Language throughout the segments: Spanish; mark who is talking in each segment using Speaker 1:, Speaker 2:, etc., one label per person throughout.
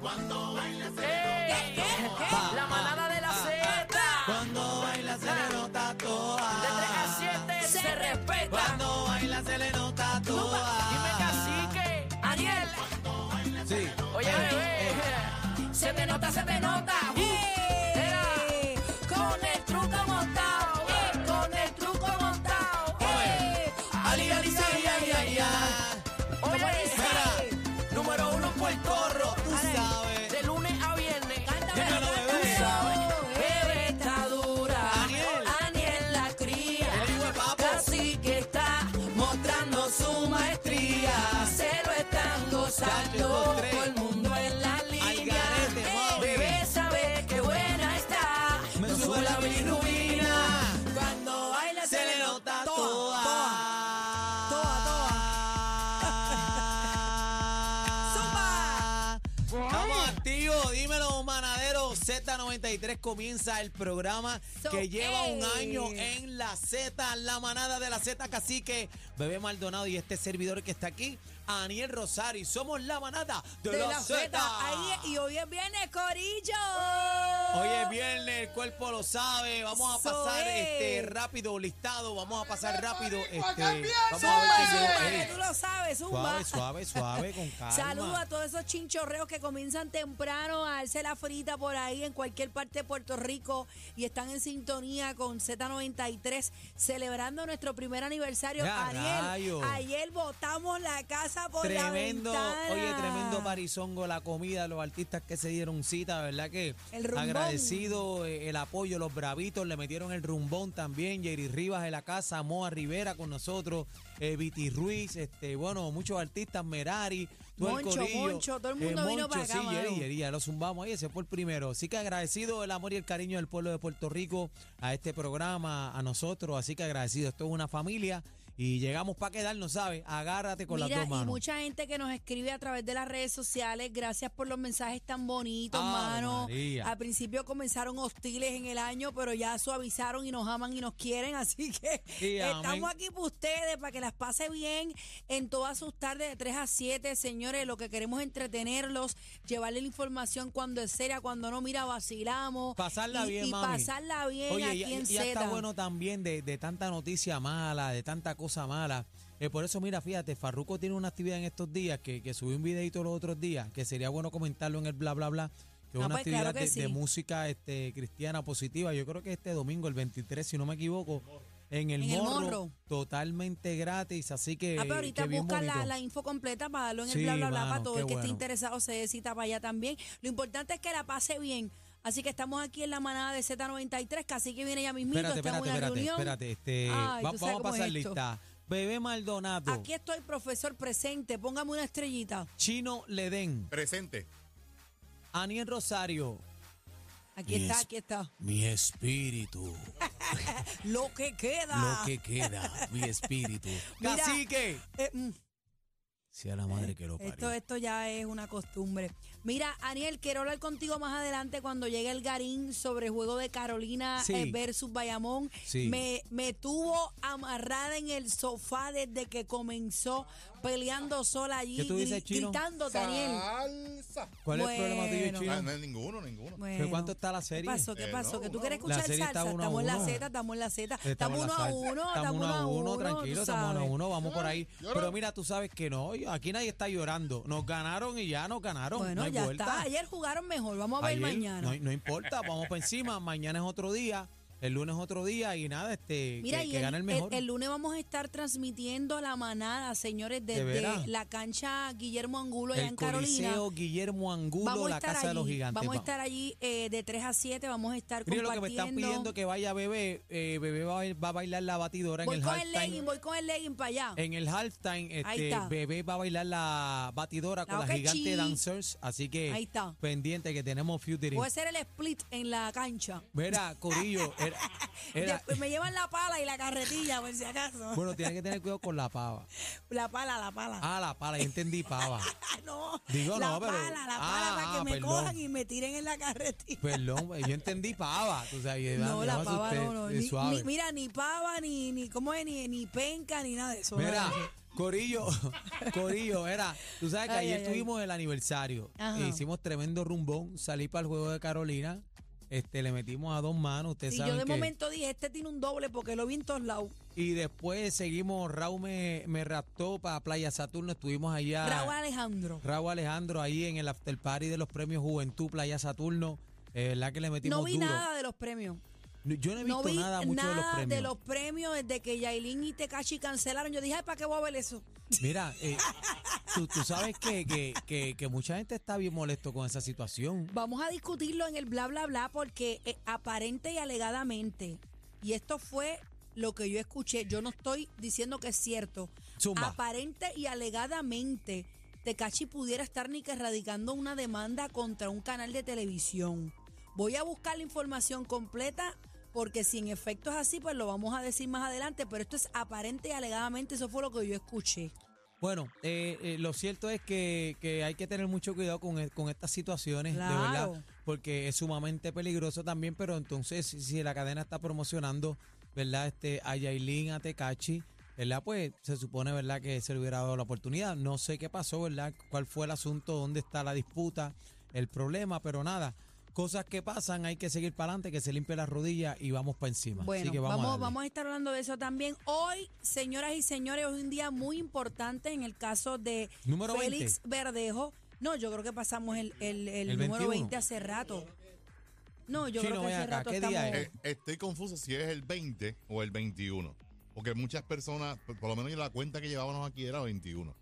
Speaker 1: Cuando baila se
Speaker 2: ¡Ey! La manada de la Z.
Speaker 1: Cuando baila se le nota
Speaker 2: De 3
Speaker 1: toa.
Speaker 2: a 7 se,
Speaker 3: Se
Speaker 2: respeta.
Speaker 1: Cuando baila se le nota
Speaker 2: Dime
Speaker 1: toa.
Speaker 2: cacique.
Speaker 3: Aniel,
Speaker 1: Sí.
Speaker 2: Oye,
Speaker 1: Ey,
Speaker 2: bebé.
Speaker 1: ey. eh.
Speaker 3: se te nota, se te nota. ¡Eh! Con el truco montado, ¡Eh! con el truco montado. ¡Eh!
Speaker 1: Ali, ali, ay, ay, ay, ay.
Speaker 2: Oye,
Speaker 1: Mira, número uno por el corro, tú sabes.
Speaker 2: de lunes a viernes.
Speaker 3: Cántamelo,
Speaker 1: Dímelo,
Speaker 3: cántalo.
Speaker 1: bebé.
Speaker 3: Bebé está dura.
Speaker 1: Aniel.
Speaker 3: Aniel la cría.
Speaker 1: El hijo de papo.
Speaker 3: Casi que está mostrando su maestría. Se lo están
Speaker 1: Chacho,
Speaker 3: gozando.
Speaker 1: dos, tres.
Speaker 3: Todo el mundo en la línea.
Speaker 1: garete, mami.
Speaker 3: Bebé sabe que buena está.
Speaker 1: Me sube la bilirrubina.
Speaker 3: Cuando baila
Speaker 1: Se le nota toa.
Speaker 3: Toa,
Speaker 1: Estamos activos, dímelo, manadero. Z93 comienza el programa
Speaker 3: So,
Speaker 1: que lleva un
Speaker 3: ey.
Speaker 1: año en la Z, la manada de la Z Cacique, Bebé Maldonado y este servidor que está aquí, Aniel Rosario. Somos la manada de,
Speaker 3: De
Speaker 1: la,
Speaker 3: la
Speaker 1: Z.
Speaker 3: feta. Ahí, y hoy es viernes, Corillo.
Speaker 1: Hoy es viernes, el cuerpo lo sabe. Vamos a
Speaker 3: Eso
Speaker 1: pasar
Speaker 3: es.
Speaker 1: este rápido listado, vamos a pasar rápido este.
Speaker 4: boricua,
Speaker 1: Vamos a ver
Speaker 4: también,
Speaker 1: qué
Speaker 3: Zumba,
Speaker 1: llegó.
Speaker 3: zumba, que
Speaker 1: Ey,
Speaker 3: tú lo sabes, zumba.
Speaker 1: Suave, suave, suave, con calma.
Speaker 3: Saludo a todos esos chinchorreos que comienzan temprano a darse la frita por ahí en cualquier parte de Puerto Rico y están en sintonía con Z93 celebrando nuestro primer aniversario.
Speaker 1: ¡Ya,
Speaker 3: Ariel,
Speaker 1: rayos!
Speaker 3: ayer botamos la casa por
Speaker 1: Tremendo,
Speaker 3: la ventana.
Speaker 1: oye, tremendo parizongo, la comida, los artistas que se dieron cita, ¿verdad? Que
Speaker 3: El rumbón.
Speaker 1: agradecido eh, el apoyo, los bravitos le metieron el rumbón también, Jerry Rivas de la casa, Moa Rivera con nosotros, eh, Viti Ruiz, este, bueno, muchos artistas, Merari, todo el
Speaker 3: Moncho,
Speaker 1: corillo, Eh,
Speaker 3: Moncho, todo el mundo vino
Speaker 1: Moncho,
Speaker 3: para acá,
Speaker 1: sí,
Speaker 3: mano.
Speaker 1: Jerry, Jerry, ya lo zumbamos ahí, ese fue el primero. Así que agradecido el amor y el cariño del pueblo de Puerto Rico a este programa, a nosotros, así que agradecido, esto es una familia. Y llegamos para quedarnos, ¿sabes? Agárrate con
Speaker 3: Mira,
Speaker 1: las dos
Speaker 3: y
Speaker 1: manos.
Speaker 3: mucha gente que nos escribe a través de las redes sociales, gracias por los mensajes tan bonitos,
Speaker 1: Ave
Speaker 3: mano.
Speaker 1: María.
Speaker 3: Al principio comenzaron hostiles en el año, pero ya suavizaron y nos aman y nos quieren, así que
Speaker 1: Y amén.
Speaker 3: estamos aquí para ustedes, para que las pase bien en todas sus tardes de 3 a 7, señores, lo que queremos es entretenerlos, llevarle la información cuando es seria, cuando no, mira, vacilamos.
Speaker 1: Pasarla
Speaker 3: y,
Speaker 1: bien,
Speaker 3: y
Speaker 1: mami.
Speaker 3: pasarla bien
Speaker 1: Oye,
Speaker 3: aquí
Speaker 1: y-
Speaker 3: en
Speaker 1: y ya está
Speaker 3: Zeta.
Speaker 1: bueno también de, de tanta noticia mala, de tanta cosa mala. Eh, por eso, mira, fíjate, Farruco tiene una actividad en estos días que, que subí un videito los otros días, que sería bueno comentarlo en el bla, bla, bla. Que es
Speaker 3: Ah,
Speaker 1: una
Speaker 3: pues,
Speaker 1: actividad
Speaker 3: claro que
Speaker 1: de,
Speaker 3: sí.
Speaker 1: de música este, cristiana positiva. Yo creo que este domingo, el 23, si no me equivoco, en el,
Speaker 3: En el
Speaker 1: morro,
Speaker 3: morro.
Speaker 1: totalmente gratis. Así que.
Speaker 3: Ah, pero ahorita
Speaker 1: que bien
Speaker 3: busca la,
Speaker 1: bonito.
Speaker 3: la info completa para darlo en el
Speaker 1: Sí,
Speaker 3: bla bla bla
Speaker 1: mano,
Speaker 3: para todo
Speaker 1: qué
Speaker 3: el que esté
Speaker 1: bueno.
Speaker 3: interesado se dé cita para allá también. Lo importante es que la pase bien. Así que estamos aquí en la manada de Z93, casi que viene ya mismito,
Speaker 1: Espérate,
Speaker 3: estamos
Speaker 1: espérate,
Speaker 3: en una
Speaker 1: espérate,
Speaker 3: reunión.
Speaker 1: espérate. Este,
Speaker 3: Ay,
Speaker 1: va-
Speaker 3: tú sabes
Speaker 1: vamos a
Speaker 3: cómo es
Speaker 1: pasar
Speaker 3: esto.
Speaker 1: lista. Bebé Maldonado,
Speaker 3: Aquí estoy, profesor presente, póngame una estrellita.
Speaker 1: Chino Ledén.
Speaker 4: Presente.
Speaker 1: Aniel Rosario.
Speaker 3: Aquí
Speaker 1: Yes.
Speaker 3: está, aquí está.
Speaker 1: Mi espíritu,
Speaker 3: Lo que queda.
Speaker 1: lo que queda, mi espíritu.
Speaker 3: Ah. Mira.
Speaker 1: Cacique.
Speaker 3: Eh, mm,
Speaker 1: Sea la madre que lo parió.
Speaker 3: esto, esto ya es una costumbre. Mira, Aniel, quiero hablar contigo más adelante cuando llegue el Garín sobre el juego de Carolina
Speaker 1: Sí.
Speaker 3: eh, versus Bayamón.
Speaker 1: Sí.
Speaker 3: Me, me tuvo amarrada en el sofá desde que comenzó peleando sola allí,
Speaker 1: ¿Qué tú dices,
Speaker 3: gri-
Speaker 1: Chino?
Speaker 3: gritando, Daniel.
Speaker 4: Salsa.
Speaker 1: ¿Cuál es el problema
Speaker 3: Bueno.
Speaker 1: tuyo,
Speaker 4: Ah, no
Speaker 1: Chino?
Speaker 4: es ninguno, ninguno.
Speaker 1: ¿Pero cuánto está la
Speaker 3: ¿Qué
Speaker 1: serie?
Speaker 3: pasó? ¿Qué
Speaker 4: Eh,
Speaker 3: pasó?
Speaker 4: no,
Speaker 3: ¿Que tú
Speaker 4: no.
Speaker 3: quieres escuchar
Speaker 1: La serie está
Speaker 3: salsa?
Speaker 1: uno a
Speaker 3: estamos en la
Speaker 1: uno.
Speaker 3: Z, estamos en la Z. Estamos
Speaker 1: en
Speaker 3: uno
Speaker 1: la
Speaker 3: a
Speaker 1: salsa.
Speaker 3: uno,
Speaker 1: estamos uno a uno,
Speaker 3: tú
Speaker 1: tranquilo, estamos uno a
Speaker 3: sabes.
Speaker 1: uno, vamos por ahí.
Speaker 4: Llora.
Speaker 1: Pero mira, tú sabes que no, aquí nadie está llorando. Nos ganaron y ya nos ganaron. no
Speaker 3: Bueno,
Speaker 1: hay
Speaker 3: ya
Speaker 1: vuelta.
Speaker 3: está. Ayer jugaron mejor, vamos a ver
Speaker 1: Ayer,
Speaker 3: mañana.
Speaker 1: No, no importa, vamos por encima. Mañana es otro día, el lunes es otro día y nada, este,
Speaker 3: Mira,
Speaker 1: que,
Speaker 3: y
Speaker 1: que
Speaker 3: el,
Speaker 1: gane el mejor.
Speaker 3: el- el lunes vamos a estar transmitiendo la manada, señores, desde
Speaker 1: veras?
Speaker 3: la cancha Guillermo Angulo allá
Speaker 1: El
Speaker 3: en Carolina.
Speaker 1: Coliseo Guillermo Angulo,
Speaker 3: Vamos a
Speaker 1: la
Speaker 3: estar
Speaker 1: Casa de los
Speaker 3: allí,
Speaker 1: Gigantes.
Speaker 3: Vamos a
Speaker 1: Va-
Speaker 3: estar allí eh, de 3 a 7, vamos a estar
Speaker 1: Mira lo que
Speaker 3: compartiendo.
Speaker 1: me están pidiendo que vaya Bebé. eh, bebé va a, bail- va a bailar la batidora
Speaker 3: voy
Speaker 1: en el
Speaker 3: con el legging,
Speaker 1: halftime.
Speaker 3: voy con el legging para allá.
Speaker 1: En el halftime,
Speaker 3: Ahí
Speaker 1: este,
Speaker 3: está.
Speaker 1: Bebé va a bailar la batidora
Speaker 3: La
Speaker 1: con las
Speaker 3: Oca Chi.
Speaker 1: gigantes dancers. Así que
Speaker 3: Ahí está. Pues-
Speaker 1: pendiente que tenemos featuring.
Speaker 3: Voy a hacer el split en la cancha.
Speaker 1: Mira, Corillo, era- era-
Speaker 3: Después me llevan la pala y la carretilla, por si acaso.
Speaker 1: bueno, tienes que tener cuidado con la pava.
Speaker 3: La pala, la pala.
Speaker 1: Ah, la pala, yo entendí pava.
Speaker 3: no,
Speaker 1: digo,
Speaker 3: la
Speaker 1: no, pero-
Speaker 3: pala, la pala,
Speaker 1: Ah,
Speaker 3: para que
Speaker 1: ah,
Speaker 3: me
Speaker 1: perdón.
Speaker 3: cojan y me tiren en la carretilla.
Speaker 1: Perdón, yo entendí pava. Tú sabes, yo-
Speaker 3: No,
Speaker 1: yo
Speaker 3: la
Speaker 1: me
Speaker 3: pava
Speaker 1: asusté,
Speaker 3: no, no.
Speaker 1: eh,
Speaker 3: Ni-
Speaker 1: suave.
Speaker 3: ni- mira, ni pava, ni, ni, ¿cómo es? Ni, ni penca, ni nada de eso.
Speaker 1: Mira,
Speaker 3: ¿verdad?
Speaker 1: Corillo, Corillo, era, tú sabes que
Speaker 3: Ay,
Speaker 1: ayer
Speaker 3: ay, ay.
Speaker 1: tuvimos el aniversario.
Speaker 3: Ajá.
Speaker 1: E hicimos tremendo rumbón, salí para el juego de Carolina, este, le metimos a dos manos, ustedes
Speaker 3: Y
Speaker 1: saben
Speaker 3: yo de
Speaker 1: que-
Speaker 3: momento dije, este tiene un doble porque lo vi en todos lados.
Speaker 1: Y después seguimos, Raúl me, me raptó para Playa Saturno, estuvimos allá.
Speaker 3: Raúl Alejandro.
Speaker 1: Raúl Alejandro ahí en el after party de los premios Juventud Playa Saturno, eh, la que le metimos
Speaker 3: No vi
Speaker 1: duro.
Speaker 3: nada de los premios.
Speaker 1: No, Yo no he
Speaker 3: No
Speaker 1: visto
Speaker 3: vi
Speaker 1: nada mucho de los
Speaker 3: nada
Speaker 1: premios.
Speaker 3: de los premios desde que Yailin y Tekashi cancelaron. Yo dije, ay, ¿para qué voy a ver eso?
Speaker 1: Mira, eh, tú, tú sabes que, que- que- que mucha gente está bien molesto con esa situación.
Speaker 3: Vamos a discutirlo en el bla, bla, bla, porque eh, aparente y alegadamente, y esto fue lo que yo escuché, yo no estoy diciendo que es cierto,
Speaker 1: Zumba.
Speaker 3: aparente y alegadamente, Tecachi pudiera estar ni que radicando una demanda contra un canal de televisión. Voy a buscar la información completa porque si en efecto es así, pues lo vamos a decir más adelante, pero esto es aparente y alegadamente, eso fue lo que yo escuché.
Speaker 1: Bueno, eh, eh, lo cierto es que, que hay que tener mucho cuidado con, e- con estas situaciones, de
Speaker 3: Claro.
Speaker 1: verdad, porque es sumamente peligroso también, pero entonces si, si la cadena está promocionando, ¿verdad? Este, a Yailin, a Tecachi, ¿verdad? Pues se supone, ¿verdad? Que se le hubiera dado la oportunidad. No sé qué pasó, ¿verdad? ¿Cuál fue el asunto? ¿Dónde está la disputa? El problema, pero nada. Cosas que pasan, hay que seguir para adelante, que se limpie las rodillas y vamos para encima. Así
Speaker 3: Bueno,
Speaker 1: que vamos,
Speaker 3: vamos,
Speaker 1: a
Speaker 3: vamos,
Speaker 1: darle.
Speaker 3: a estar hablando de eso también. Hoy, señoras y señores, hoy es un día muy importante en el caso de
Speaker 1: Número
Speaker 3: Félix Verdejo. No, yo creo que pasamos el, el- el
Speaker 1: El
Speaker 3: número
Speaker 1: 21.
Speaker 3: 20 hace rato. No, yo
Speaker 1: Sí,
Speaker 3: creo
Speaker 1: no,
Speaker 3: que
Speaker 1: ven
Speaker 3: hace
Speaker 1: acá,
Speaker 3: rato
Speaker 1: ¿qué día
Speaker 3: estamos...
Speaker 1: es?
Speaker 4: Eh, estoy confuso si es el 20 o el 21. Porque muchas personas, por por lo menos la cuenta que llevábamos aquí era 21.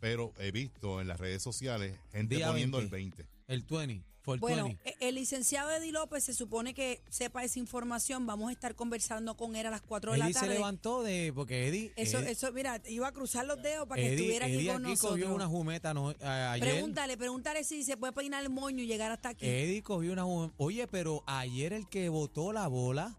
Speaker 4: Pero he visto en las redes sociales gente
Speaker 1: Día
Speaker 4: poniendo
Speaker 1: 20.
Speaker 4: el 20.
Speaker 1: El 20, for
Speaker 3: Bueno,
Speaker 1: 20.
Speaker 3: eh, el licenciado Eddie López se supone que sepa esa información. Vamos a estar conversando con él a las 4 de
Speaker 1: Eddie
Speaker 3: la tarde.
Speaker 1: se levantó de. Porque Eddie.
Speaker 3: Eso,
Speaker 1: Ed-
Speaker 3: eso, mira, iba a cruzar los dedos para que
Speaker 1: Eddie-
Speaker 3: estuviera aquí
Speaker 1: Eddie
Speaker 3: con
Speaker 1: cogió una
Speaker 3: nosotros.
Speaker 1: jumeta no, a- ayer. Eh,
Speaker 3: Pregúntale, pregúntale si se puede peinar el moño y llegar hasta aquí.
Speaker 1: Eddie cogió una jumeta. Oye, pero ayer el que botó la bola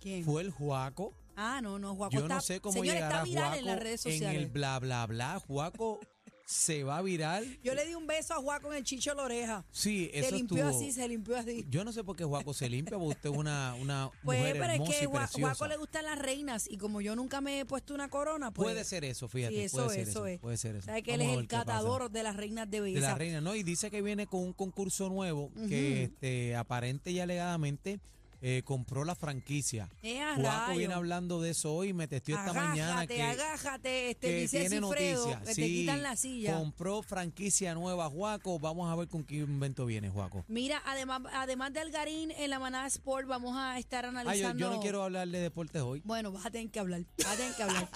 Speaker 3: ¿Quién?
Speaker 1: fue el Juaco.
Speaker 3: Ah, no, no, Juaco
Speaker 1: Yo
Speaker 3: está,
Speaker 1: no sé cómo
Speaker 3: señor,
Speaker 1: llegará
Speaker 3: está viral
Speaker 1: Juaco
Speaker 3: en las redes sociales.
Speaker 1: el bla, bla, bla. Juaco se va a viral.
Speaker 3: Yo le di un beso a Juaco en el chicho de la oreja.
Speaker 1: Sí,
Speaker 3: se
Speaker 1: eso
Speaker 3: limpió
Speaker 1: estuvo.
Speaker 3: así, se limpió así.
Speaker 1: Yo no sé por qué Juaco se limpia, porque usted es una, una
Speaker 3: Pues,
Speaker 1: mujer
Speaker 3: pero es
Speaker 1: hermosa
Speaker 3: que
Speaker 1: y
Speaker 3: Gua-
Speaker 1: preciosa.
Speaker 3: Guaco le gustan las reinas y como yo nunca me he puesto una corona, pues.
Speaker 1: Puede ser eso, fíjate.
Speaker 3: Sí, eso
Speaker 1: puede
Speaker 3: es,
Speaker 1: ser
Speaker 3: eso es.
Speaker 1: Puede ser eso.
Speaker 3: ¿Sabes que él
Speaker 1: Vamos
Speaker 3: es
Speaker 1: a
Speaker 3: el
Speaker 1: ver qué pasa.
Speaker 3: catador de las reinas de belleza?
Speaker 1: De la reina, ¿no? Y dice que viene con un concurso nuevo que este, aparente y alegadamente eh, compró la franquicia.
Speaker 3: Eh, a
Speaker 1: Juaco
Speaker 3: rayo.
Speaker 1: viene hablando de eso hoy, me testió esta mañana
Speaker 3: agájate,
Speaker 1: que,
Speaker 3: agájate, este,
Speaker 1: que
Speaker 3: dice
Speaker 1: tiene
Speaker 3: Cifredo,
Speaker 1: noticias.
Speaker 3: que te
Speaker 1: Sí,
Speaker 3: quitan la silla.
Speaker 1: Compró franquicia nueva, Juaco. Vamos a ver con qué invento viene, Juaco.
Speaker 3: Mira, además, además de Algarín, en la manada Sport vamos a estar
Speaker 1: Ay,
Speaker 3: analizando.
Speaker 1: yo, yo no quiero hablar de deportes hoy.
Speaker 3: Bueno, vas a tener que hablar, vas a tener que hablar.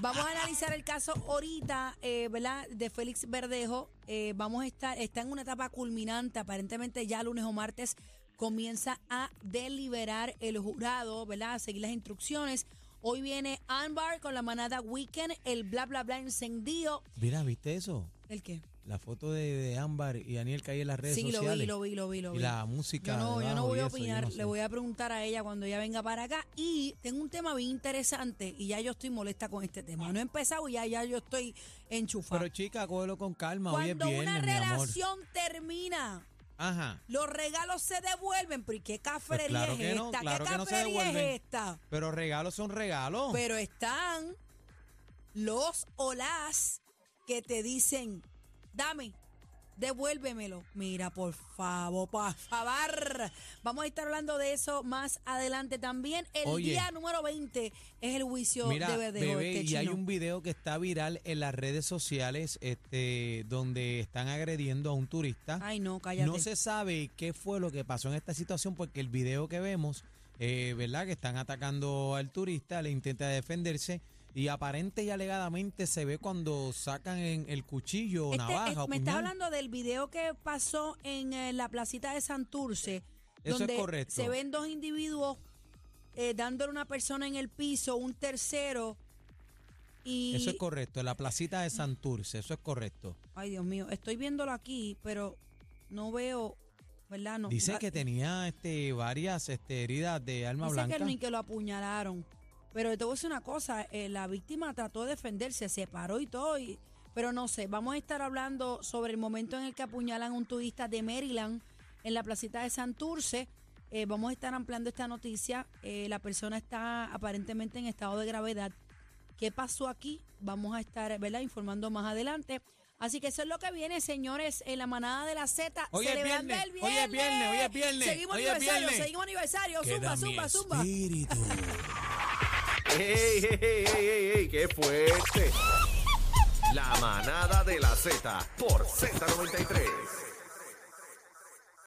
Speaker 3: Vamos a analizar el caso ahorita, eh, ¿verdad? De Félix Verdejo. Eh, vamos a estar, está en una etapa culminante, aparentemente ya lunes o martes comienza a deliberar el jurado, ¿verdad? A seguir las instrucciones. Hoy viene Anbar con la manada Weekend, el bla bla bla encendido.
Speaker 1: Mira, ¿viste eso?
Speaker 3: ¿El qué?
Speaker 1: La foto de, de Ámbar y Daniel que hay en las redes
Speaker 3: Sí, lo vi,
Speaker 1: sociales.
Speaker 3: lo vi, lo vi, lo vi.
Speaker 1: Y la
Speaker 3: Yo
Speaker 1: música.
Speaker 3: no, yo no
Speaker 1: debajo
Speaker 3: voy
Speaker 1: y
Speaker 3: a
Speaker 1: eso, yo
Speaker 3: opinar,
Speaker 1: no
Speaker 3: le
Speaker 1: sé.
Speaker 3: voy a preguntar a ella cuando ella venga para acá. Y tengo un tema bien interesante y ya yo estoy molesta con este tema. No he empezado y ya, ya yo estoy enchufada.
Speaker 1: Pero chica, cógelo con calma. hoy es
Speaker 3: cuando
Speaker 1: viernes,
Speaker 3: una
Speaker 1: mi amor.
Speaker 3: relación termina,
Speaker 1: Ajá.
Speaker 3: los regalos se devuelven. Pero ¿y qué
Speaker 1: Pues
Speaker 3: cafrería
Speaker 1: claro que
Speaker 3: es
Speaker 1: no,
Speaker 3: esta?
Speaker 1: claro
Speaker 3: ¿Qué
Speaker 1: que no se
Speaker 3: cafrería
Speaker 1: devuelven.
Speaker 3: es esta?
Speaker 1: Pero regalos son regalos.
Speaker 3: Pero están los o las que te dicen, dame, devuélvemelo. Mira, por favor, por favor. Vamos a estar hablando de eso más adelante también. El
Speaker 1: Oye.
Speaker 3: día número 20 es el juicio
Speaker 1: Mira,
Speaker 3: de Verdejo.
Speaker 1: bebé,
Speaker 3: este
Speaker 1: y hay
Speaker 3: chino.
Speaker 1: un video que está viral en las redes sociales este, donde están agrediendo a un turista.
Speaker 3: Ay, no, cállate.
Speaker 1: no se sabe qué fue lo que pasó en esta situación porque el video que vemos, eh, ¿verdad? Que están atacando al turista, le intenta defenderse y aparente y alegadamente se ve cuando sacan en el cuchillo o
Speaker 3: Este,
Speaker 1: navaja
Speaker 3: es-
Speaker 1: o
Speaker 3: me estás
Speaker 1: puñal.
Speaker 3: hablando del video que pasó en eh, la placita de Santurce,
Speaker 1: Eso es
Speaker 3: donde
Speaker 1: correcto.
Speaker 3: se ven dos individuos eh, dándole a una persona en el piso, un tercero. Y,
Speaker 1: Eso es correcto, en la placita de Santurce, eso es correcto.
Speaker 3: Ay, Dios mío, estoy viéndolo aquí, pero no veo, ¿verdad? No.
Speaker 1: Dice
Speaker 3: Ah,
Speaker 1: que tenía este varias este, heridas de alma
Speaker 3: dice
Speaker 1: blanca.
Speaker 3: que ni que lo apuñalaron. Pero te voy a decir una cosa, eh, la víctima trató de defenderse, se paró y todo, y- pero no sé, vamos a estar hablando sobre el momento en el que apuñalan a un turista de Maryland en la placita de Santurce. Eh, vamos a estar ampliando esta noticia. Eh, la persona está aparentemente en estado de gravedad. qué pasó aquí. Vamos a estar ¿verdad? informando más adelante. Así que eso es lo que viene, señores, en la manada de la Z.
Speaker 1: Hoy es
Speaker 3: celebrando
Speaker 1: viernes,
Speaker 3: el
Speaker 1: hoy es viernes, hoy es viernes,
Speaker 3: Seguimos
Speaker 1: hoy es
Speaker 3: aniversario,
Speaker 1: viernes.
Speaker 3: seguimos aniversario. Zumba,
Speaker 1: Queda mi
Speaker 3: zumba, zumba.
Speaker 1: espíritu.
Speaker 5: ¡Ey, ey, ey, ey, ey, ey! ¡Qué fuerte! La manada de la Z por Z93.